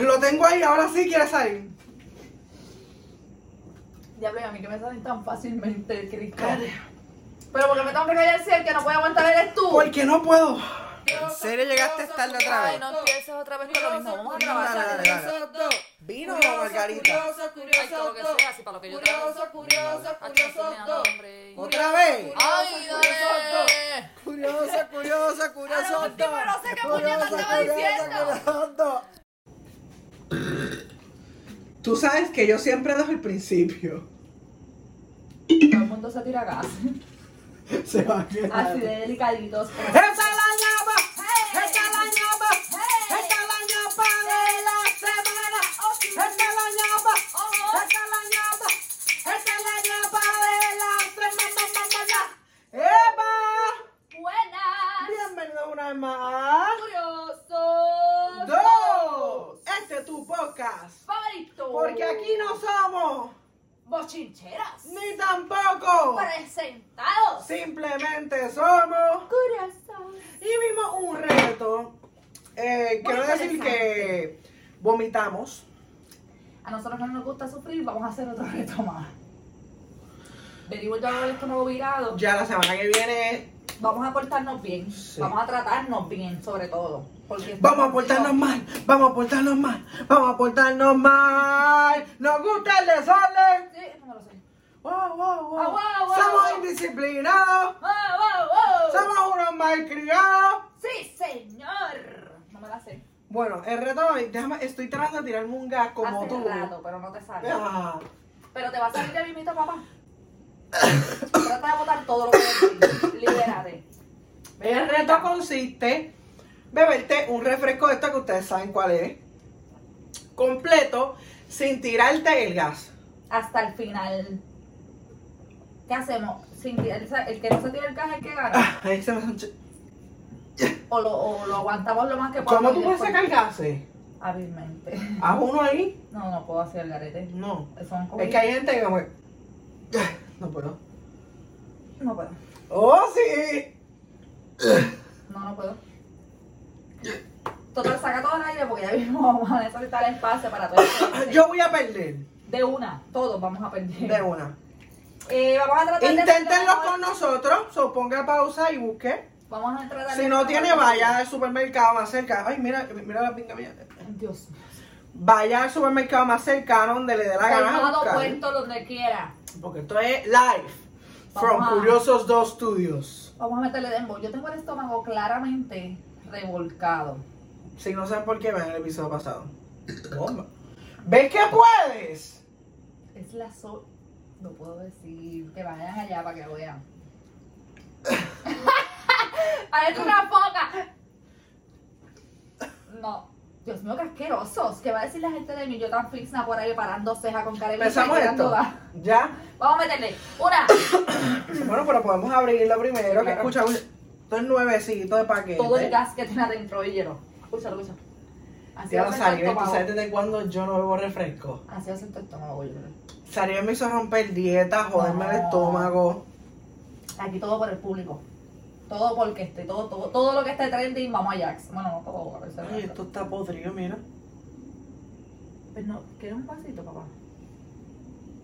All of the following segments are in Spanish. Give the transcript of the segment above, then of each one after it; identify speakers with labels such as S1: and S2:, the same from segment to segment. S1: Lo tengo ahí, ahora sí quiere salir.
S2: Diablo, y a mí que me salen tan fácilmente el cristal. Pero porque me tengo que callar si el que no puede aguantar eres tú.
S1: Porque no puedo.
S3: ¿En serio llegaste tarde otra
S4: Ay,
S3: vez?
S4: no empieces otra vez con lo mismo. Vamos a
S3: Dale,
S4: trabajar.
S3: dale, dale. Vino o margarita.
S4: Ay, con lo que sea, así para lo que yo trabajo.
S3: Otra vez.
S4: Ay, dale.
S3: Curiosa, curiosa, curiosa.
S2: A lo último no sé qué puñeta estaba diciendo.
S3: curiosa.
S1: Tú sabes que yo siempre dejo el principio.
S2: Todo el mundo se tira gas.
S1: Se va a quedar.
S2: Así de delicaditos.
S1: ¡Echa la ñapa! ¡Echa la ñapa! ¡Echa la ñapa de la semana! ¡Echa la ñapa! ¡Echa la ñapa! ¡Echa la ñapa de la semana! ¡Epa!
S2: Buenas.
S1: Bienvenido una vez más.
S2: Curiosos.
S1: ¡Dos! Este es tu podcast.
S2: Favorito.
S1: Porque aquí no somos,
S2: Bochincheras.
S1: ni tampoco.
S2: Presentados.
S1: Simplemente somos.
S2: Curiosos.
S1: Y vimos un reto. Eh, quiero decir que vomitamos.
S2: A nosotros no nos gusta sufrir, vamos a hacer otro reto más. Venimos ya con esto nuevo virado.
S1: Ya la semana que viene
S2: Vamos a portarnos bien.
S1: Sí.
S2: Vamos a tratarnos bien, sobre todo. Porque
S1: vamos a portarnos mal, vamos a portarnos mal, vamos a portarnos mal. Nos gusta el desorden.
S2: Sí, no me lo sé.
S1: Wow, wow, wow.
S2: Ah, wow, wow,
S1: somos
S2: wow.
S1: indisciplinados,
S2: ¡Wow, wow, wow!
S1: somos unos malcriados.
S2: oh, ¡Sí, señor! No me la sé.
S1: Bueno, el reto hoy, déjame, estoy tratando de tirarme un gas como
S2: Hace
S1: tú.
S2: rato, pero no te sale.
S1: Ah,
S2: Pero te va a salir ya mismito, papá. Trata de botar todo lo que tienes. Libérate.
S1: el reto consiste beberte un refresco de esto que ustedes saben cuál es, completo, sin tirarte el gas.
S2: Hasta el final. ¿Qué hacemos? Sin tirar- el, que no se tira el caja es el que gana.
S1: Ah, ahí se me hace un ch-
S2: O lo, o lo aguantamos lo más que podamos.
S1: ¿Cómo
S2: y
S1: tú puedes
S2: después-
S1: sacar gases?
S2: Hábilmente.
S1: ¿Haz uno ahí?
S2: No, no puedo hacer el garete.
S1: No.
S2: Son como-
S1: Es que hay gente que me... No puedo.
S2: No puedo.
S1: ¡Oh, sí!
S2: No, no puedo. Total, saca todo el aire porque ya mismo vamos a necesitar espacio para todo. esto.
S1: Yo voy a perder.
S2: De una, todos vamos a perder.
S1: De una.
S2: Eh, vamos a tratar de-
S1: Inténtenlo con nosotros. So, ponga pausa y busque.
S2: Vamos a tratar de-
S1: Si no tiene, vaya al supermercado más cercano. Ay, mira, mira la pinga mía.
S2: Dios mío.
S1: Vaya al supermercado más cercano donde le dé la gana. a
S2: Colmado,
S1: buscar.
S2: puerto, donde quiera.
S1: Porque esto es live. From
S2: Vamos a-
S1: Curiosos 2 Studios.
S2: Vamos a meterle dembow. Yo tengo el estómago claramente revolcado.
S1: Si no saben por qué, vean el episodio pasado. Bomba. ¿Ves que puedes?
S2: Es la sol. No puedo decir. Que vayan allá para que vean. ¡Ay, es una foca! No. Dios mío, qué asquerosos. ¿Qué va a decir la gente de mí? Yo tan fixna por ahí parando ceja con cara y
S1: Empezamos
S2: lisa y
S1: esto.
S2: tirando gas.
S1: Ya.
S2: Vamos a meterle. Una.
S1: Bueno, pero podemos abrirlo primero. Que
S2: Claro.
S1: escucha, un- esto es nuevecito de paquete.
S2: Todo el gas que tiene adentro, oyeron. Escúchalo, escúchalo. Así
S1: Ya
S2: va
S1: lo
S2: a ser tu
S1: Saribel, tú sabes
S2: estómago.
S1: desde cuando yo no bebo refresco.
S2: Así va a ser tu estómago, yo creo.
S1: Saribel me hizo romper dieta, joderme el
S2: No.
S1: estómago.
S2: Aquí todo por el público. Todo porque esté, todo, todo, todo lo que esté trending, vamos a Jax. Bueno, no todo, a ver si es
S1: Ay,
S2: resto.
S1: esto está podrido, mira.
S2: Pero Pues no, ¿quieres un vasito, papá?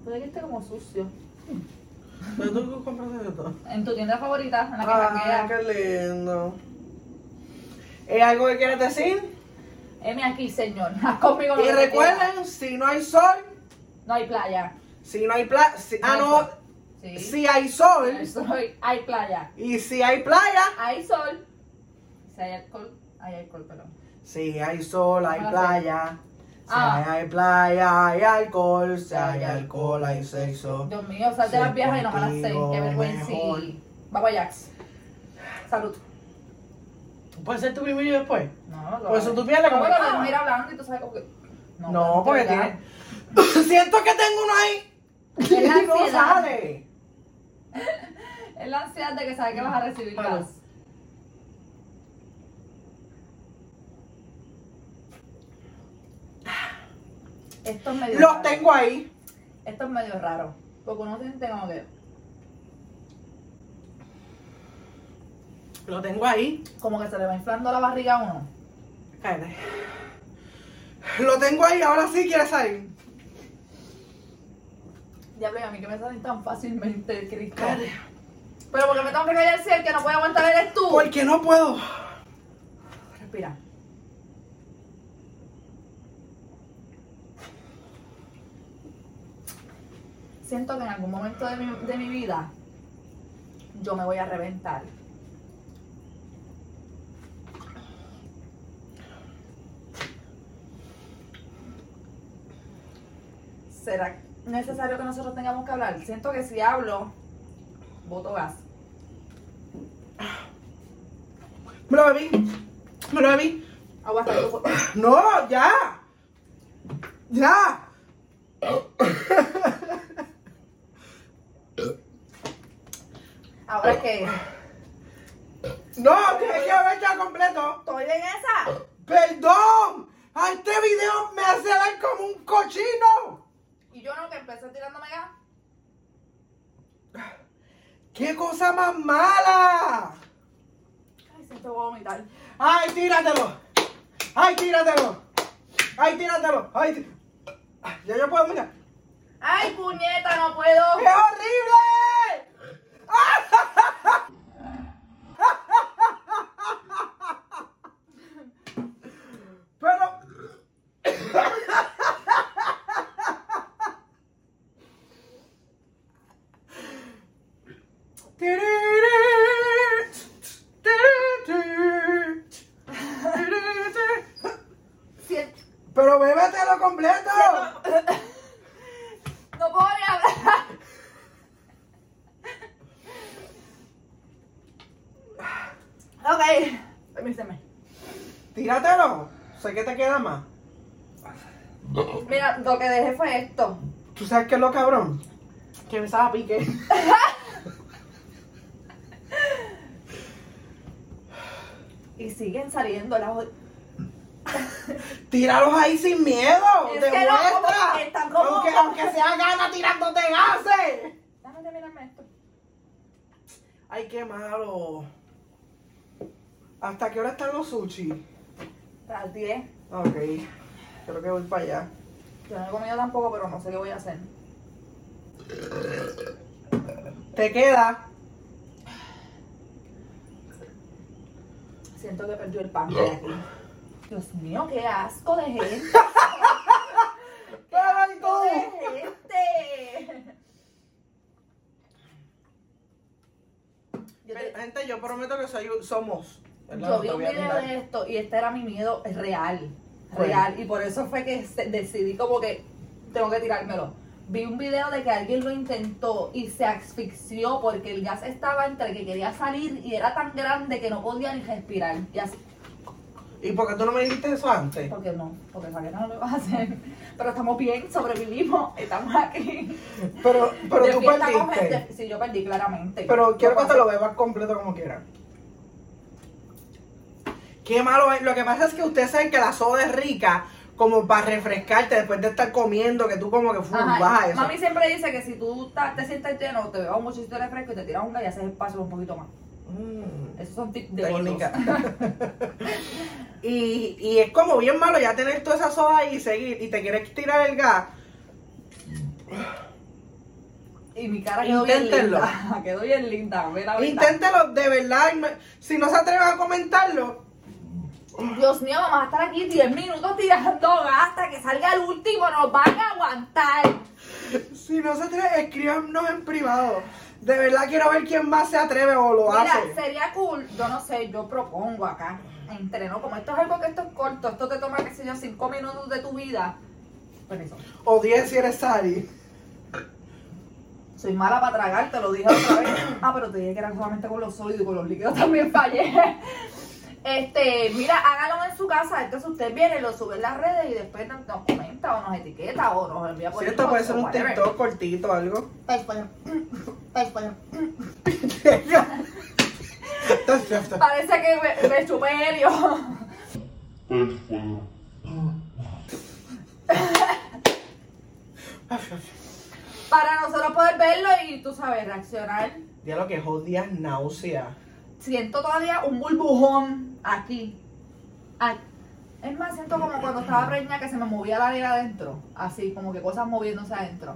S2: Puede que esté como sucio.
S1: ¿Dónde tú compraste esto?
S2: En tu tienda favorita, en la que
S1: Ah,
S2: ah,
S1: qué lindo. ¿Es algo que quieras decir?
S2: Heme aquí, señor. Haz conmigo lo
S1: Y
S2: que quieras.
S1: recuerden, si no hay sol,
S2: No hay playa.
S1: si no hay playa, ah no,
S2: Sí.
S1: si hay sol
S2: Hay sol, hay playa.
S1: y si hay playa,
S2: Hay sol. Si hay alcohol, hay alcohol, perdón.
S1: Si hay sol, hay
S2: Ah,
S1: playa. Si
S2: Ah.
S1: hay, hay playa, hay alcohol. Si hay
S2: Ya, ya.
S1: alcohol, hay sexo.
S2: Dios mío, sal de
S1: Sí,
S2: las viejas y no me las sé.
S1: contigo,
S2: Qué vergüenza.
S1: mejor.
S2: Vamos a Jax. Salud.
S1: ¿Puede ser tu primero y después?
S2: No, no.
S1: Pues en tu piel le
S2: como
S1: como
S2: que
S1: que-
S2: no mira hablando y tú sabes como que
S1: No,
S2: no,
S1: porque
S2: ¿verdad?
S1: tiene... Siento que tengo uno ahí.
S2: Es la
S1: Y no
S2: ansiedad.
S1: sale.
S2: Es la ansiedad de que sabes que vas a recibir
S1: Salud.
S2: gas. Esto es medio
S1: Los
S2: raro.
S1: tengo ahí.
S2: Esto es medio raro. Porque uno siente como que
S1: Lo tengo ahí.
S2: como que se le va inflando la barriga a uno.
S1: Cállate. Lo tengo ahí, ahora sí quiere salir.
S2: Diablo, y a mí que me salen tan fácilmente el cristal. Pero porque me tengo que callar si el que no puede aguantar eres tú.
S1: Porque no puedo.
S2: Respira. Siento que en algún momento de mi, de mi vida yo me voy a reventar. ¿Será necesario que nosotros tengamos que hablar? Siento que si hablo, voto gas.
S1: Me lo bebí. Me lo bebí.
S2: Aguanta, tú-
S1: No, ya. Ya.
S2: Ahora que
S1: No, tienes que beber ya completo.
S2: estoy en esa.
S1: Perdón. A este video me hace ver como un cochino.
S2: Y yo no, que empecé tirándome gas.
S1: ¡Qué cosa más mala!
S2: Ay, siento vomitar.
S1: ¡Ay, tíratelo! ¡Ay, tíratelo! ¡Ay, tíratelo! ¡Ay, tí- Ay, ya yo puedo, mira.
S2: Ay, puñeta, no puedo.
S1: ¡Es horrible! Pero...
S2: Siento-
S1: Pero bébetelo completo.
S2: No puedo ni hablar. Ok, permíteme.
S1: Tíratelo. Sé que te queda más.
S2: Mira, lo que dejé fue esto.
S1: ¿Tú sabes qué es lo cabrón? Que me estaba pique.
S2: Y siguen saliendo las... jod-
S1: Tíralos ahí sin miedo.
S2: Es que no,
S1: Demuestra.
S2: como- están como-
S1: aunque, aunque sea gana tirándote gases.
S2: Déjame terminarme esto.
S1: Ay, qué malo. ¿Hasta qué hora están los sushi?
S2: Las 10.
S1: Ok. Creo que voy para allá.
S2: Yo no he comido tampoco, pero no sé qué voy a hacer.
S1: Te queda.
S2: Siento que perdió el pan de aquí. Dios mío, qué asco de gente.
S1: ¡Qué rico!
S2: gente! Yo, te-
S1: Gente, yo prometo que soy, somos. ¿verdad?
S2: yo
S1: No
S2: vi
S1: te
S2: un
S1: voy a
S2: video
S1: tirar.
S2: de esto y este era mi miedo real.
S1: ¿Cuál?
S2: Real. Y por eso fue que se- decidí como que tengo que tirármelo. Vi un video de que alguien lo intentó y se asfixió porque el gas estaba entre que quería salir y era tan grande que no podía ni respirar. Y así,
S1: ¿Y por qué tú no me dijiste eso antes?
S2: porque no, porque para qué no lo vas a hacer. Pero estamos bien, sobrevivimos, estamos aquí.
S1: Pero, pero
S2: De
S1: tú
S2: fiesta con
S1: perdiste.
S2: gente- Sí, yo perdí claramente.
S1: Pero quiero
S2: No
S1: que te
S2: pasa-
S1: lo bebas completo como quieras. Qué malo es. Lo que pasa es que ustedes saben que la soda es rica como para refrescarte después de estar comiendo, que tú como que fumas
S2: Ajá,
S1: baja eso.
S2: Mami siempre dice que si tú ta- te sientes lleno, te bebas un muchito de refresco y te tiras un gas y haces espacio un poquito más.
S1: Mm,
S2: Esos son tips de
S1: técnica.
S2: gordos.
S1: y, y es como bien malo ya tener toda esa soda ahí y seguir y te quieres tirar el gas.
S2: Y mi cara quedó bien
S1: Inténtenlo.
S2: linda. Quedó bien linda. Ve la verdad.
S1: Inténtelo de verdad. y me- Si no se atreven a comentarlo,
S2: Dios mío, vamos a estar aquí 10 minutos tirando gas hasta que salga el último. Nos van a aguantar.
S1: si no se atreven, escríbanos en privado. De verdad quiero ver quién más se atreve o lo hace.
S2: Mira, sería cool, yo no sé, yo propongo acá, entreno, como esto es algo que esto es corto, esto te toma, qué sé yo, cinco minutos de tu vida. pues Permiso.
S1: O 10 si eres Sari.
S2: Soy mala para tragar, te lo dije otra vez. Ah, pero te dije que era solamente con los sólidos y con los líquidos también fallé. Este, mira, hágalo en su casa. Entonces usted viene, lo sube en las redes y después nos, nos comenta o nos etiqueta o nos envía por
S1: Si esto
S2: inbox
S1: puede ser
S2: o
S1: un
S2: whatever.
S1: TikTok cortito o algo.
S2: Parece que me, me chupé helio. Para nosotros poder verlo y tú sabes, reaccionar.
S1: Ya lo que jodías náusea.
S2: Siento todavía un burbujón aquí. Aquí. Es más, siento como cuando estaba preñada que se me movía la arena adentro. Así, como que cosas moviéndose adentro.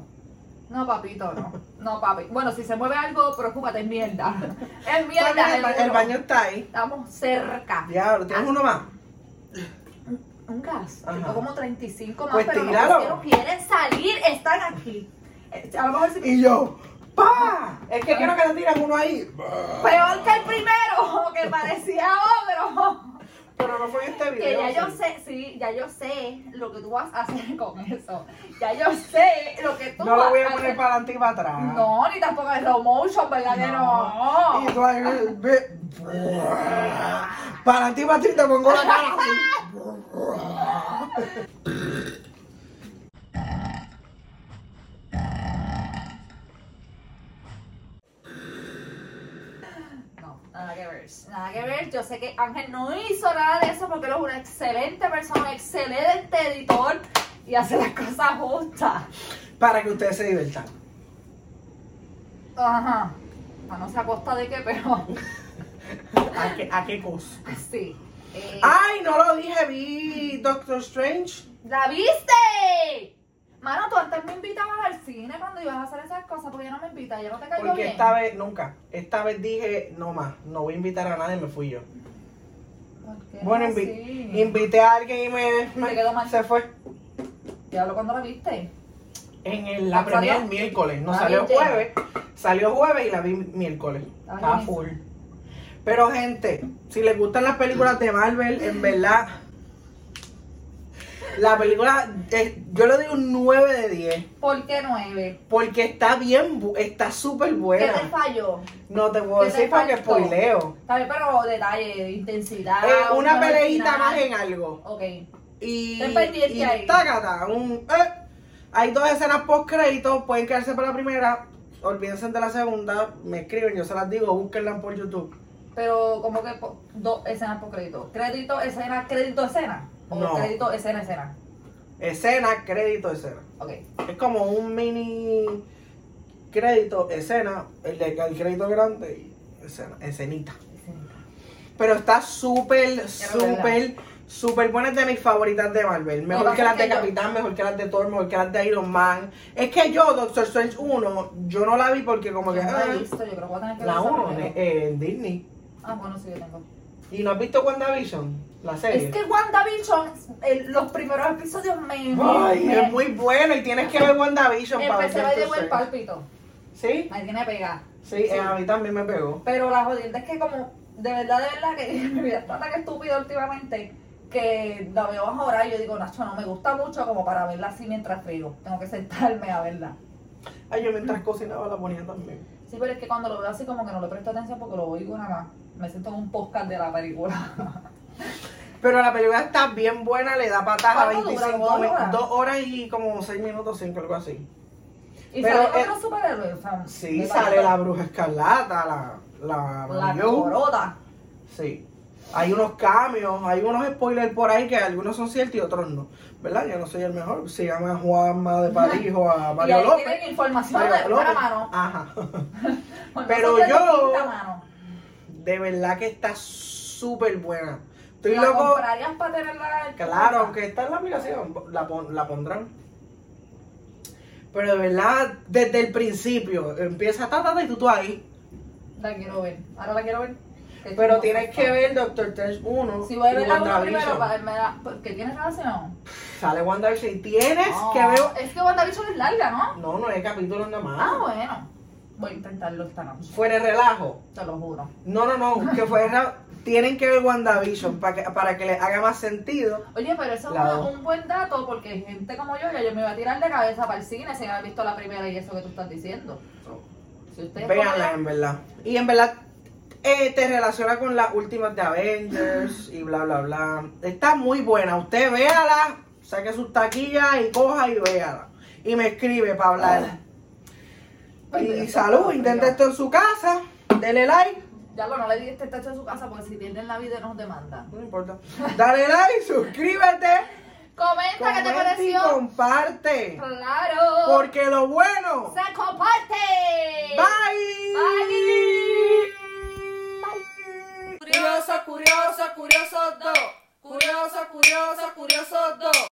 S2: No, papito, no. No, papi. Bueno, si se mueve algo, preocúpate, es mierda. Es
S1: Está bien,
S2: mierda.
S1: el, ba- el
S2: seguro.
S1: baño está ahí.
S2: Estamos cerca.
S1: Diablo,
S2: Ah.
S1: ¿tienes uno más?
S2: Un gas.
S1: Ajá.
S2: Tengo como 35 más,
S1: Pues
S2: pero
S1: tíralo.
S2: los que quieren salir están aquí. Eh, A lo mejor si
S1: Y yo, ¡pa! Es que quiero que le tiras uno ahí.
S2: Peor que el primero, que parecía otro.
S1: Pero no fue en este
S2: Que
S1: video.
S2: ya yo
S1: sí.
S2: sé, sí, ya yo sé lo que tú vas a hacer con eso. Ya yo sé lo que tú
S1: No
S2: vas
S1: lo voy a
S2: hacer.
S1: poner para adelante y para atrás.
S2: No, ni tampoco en slow motion, ¿verdad que no?
S1: Y tú ahí, ve- Para ti, para ti, te pongo la cara.
S2: No, nada que ver. Nada que ver. Yo sé que Ángel no hizo nada de eso porque él es una excelente persona, excelente editor y hace las cosas justas.
S1: Para que ustedes se diviertan.
S2: Ajá. Ah, No sé a costa de qué, pero
S1: ¿A qué, a qué cosa?
S2: sí. Eh,
S1: Ay, no lo dije, vi Doctor Strange.
S2: ¡La viste! Mano, tú antes me invitabas al cine cuando ibas a hacer esas cosas porque ya no me invitas, ya no te caigo
S1: Porque
S2: bien.
S1: esta vez, nunca. Esta vez dije, no más, no voy a invitar a nadie, me fui yo.
S2: ¿Por qué
S1: Bueno,
S2: es
S1: invi-
S2: así?
S1: invité a alguien y me, me-
S2: quedó mal.
S1: se fue.
S2: Diablo, ¿cuándo la viste?
S1: En el- la
S2: ¿Salió?
S1: premiere el miércoles, no
S2: Ah,
S1: salió
S2: bien
S1: jueves, salió jueves y la vi miércoles.
S2: Ah,
S1: Estaba
S2: bien.
S1: full. Pero gente, si les gustan las películas de Marvel, en verdad, la película, es- yo le doy un 9 de 10,
S2: ¿Por qué nueve?
S1: porque está bien, bu- está súper
S2: ¿Qué te
S1: buena.
S2: falló?
S1: No te puedo
S2: qué te
S1: decir porque
S2: faltó?
S1: spoileo.
S2: Está bien, pero detalle, intensidad.
S1: Eh, una
S2: mejor
S1: peleita
S2: final.
S1: más en algo.
S2: Ok.
S1: Y,
S2: Ten pendiente
S1: y
S2: ahí.
S1: tácata, un, eh. Hay dos escenas post créditos, pueden quedarse para la primera, olvídense de la segunda, me escriben, yo se las digo, búsquenla por YouTube.
S2: Pero como que po- dos escenas por crédito. Crédito, escena, crédito, escena. O
S1: No.
S2: crédito, escena, escena.
S1: Escena, crédito, escena.
S2: Ok.
S1: Es como un mini crédito, escena, el, de- el crédito grande, escena, escenita. Pero está súper, súper, súper buena. Es de mis favoritas de Marvel. Mejor
S2: Mira,
S1: que las de
S2: que yo-
S1: Capitán, mejor que las de Thor, mejor que las de Iron Man. Es que yo, Doctor Strange 1, yo no la vi porque como que...
S2: Yo no la he
S1: ah,
S2: visto, yo creo que voy a tener que
S1: La eh.
S2: ver esa
S1: 1
S2: primero.
S1: en Disney.
S2: Ah, bueno, sí, yo tengo.
S1: ¿Y no has visto WandaVision? La serie.
S2: Es que WandaVision, el- los primeros episodios me.
S1: Ay,
S2: me-
S1: es muy bueno y tienes que ver WandaVision para ver
S2: Empecé a
S1: Doctor
S2: llevar el
S1: Strange.
S2: palpito.
S1: ¿Sí?
S2: Ahí tiene pega.
S1: Sí, eh, a mí también me pegó.
S2: Pero la jodienda es que, como, de verdad, de verdad, que mi vida está tan estúpida últimamente que la veo ahora y yo digo, Nacho, no me gusta mucho como para verla así mientras frigo. Tengo que sentarme a verla.
S1: Ay, yo mientras cocinaba la ponía también.
S2: Sí, pero es que cuando lo veo así, como que no le presto atención porque lo oigo nada más. Me siento en un podcast de la película.
S1: Pero la película está bien buena, le da patadas a
S2: ¿Cuánto
S1: 25
S2: dura? ¿Dos
S1: minutos.
S2: horas?
S1: Dos horas y como 6 minutos, 5, algo así.
S2: y
S1: Pero,
S2: sale
S1: eh,
S2: otro superhéroe. O sea,
S1: Sí,
S2: me
S1: sale
S2: parece-
S1: la bruja escarlata, la. La.
S2: La
S1: Mayu.
S2: corota.
S1: Sí. Hay unos cambios, hay unos spoilers por ahí que algunos son ciertos y otros no. ¿Verdad? Yo no soy el mejor. Se llama Juanma de París o a
S2: y
S1: Mario
S2: ahí
S1: López.
S2: tienen información
S1: Mario
S2: de primera
S1: López.
S2: mano.
S1: Ajá.
S2: Bueno,
S1: Pero
S2: eso es de
S1: yo-
S2: quinta mano.
S1: De verdad que está súper buena. Estoy
S2: ¿La
S1: loco.
S2: comprarías para tenerla en tu
S1: Claro,
S2: casa?
S1: aunque está en la aplicación, la, pon- la pondrán. Pero de verdad, desde el principio, empieza ta, ta, ta, y tú, tú ahí.
S2: La quiero ver. Ahora la quiero ver. Que
S1: Pero
S2: no-
S1: tienes que ver Doctor Strange 1.
S2: Si voy a
S1: y
S2: ver la uno
S1: WandaVision.
S2: primero, para verme la. ¿Por pues, ¿Qué tienes relación?
S1: Sale WandaVision y tienes
S2: No.
S1: que Ah. ver
S2: Es que WandaVision es larga, ¿no?
S1: No, no es capítulo nada más.
S2: Ah, bueno. Voy a intentarlo esta noche.
S1: Fuera de relajo.
S2: Te lo juro.
S1: No, no, no. Que fuera. Tienen que ver WandaVision para que, para que les haga más sentido.
S2: Oye, pero eso es
S1: La
S2: una-
S1: dos.
S2: un buen dato porque gente como yo, ya yo me iba a tirar de cabeza para el cine sin haber visto la primera y eso que tú estás diciendo. Si ustedes
S1: Véanla, en verdad. Y en verdad eh, te relaciona con las últimas de Avengers y bla, bla, bla. Está muy buena. Usted véala, saque sus taquillas y coja y véala. Y me escribe para hablar. Y salud, intenta esto en su casa. Dele like.
S2: Ya lo no le di este tacho a su casa porque si pierden la vida nos demandan.
S1: No importa. Dale like, suscríbete.
S2: Comenta, qué te
S1: Comenta y
S2: pareció.
S1: comparte.
S2: Claro.
S1: Porque lo bueno.
S2: se comparte.
S1: Bye. Bye.
S4: Curioso, curioso, curioso, dos.
S1: Curioso, curioso, curioso dos.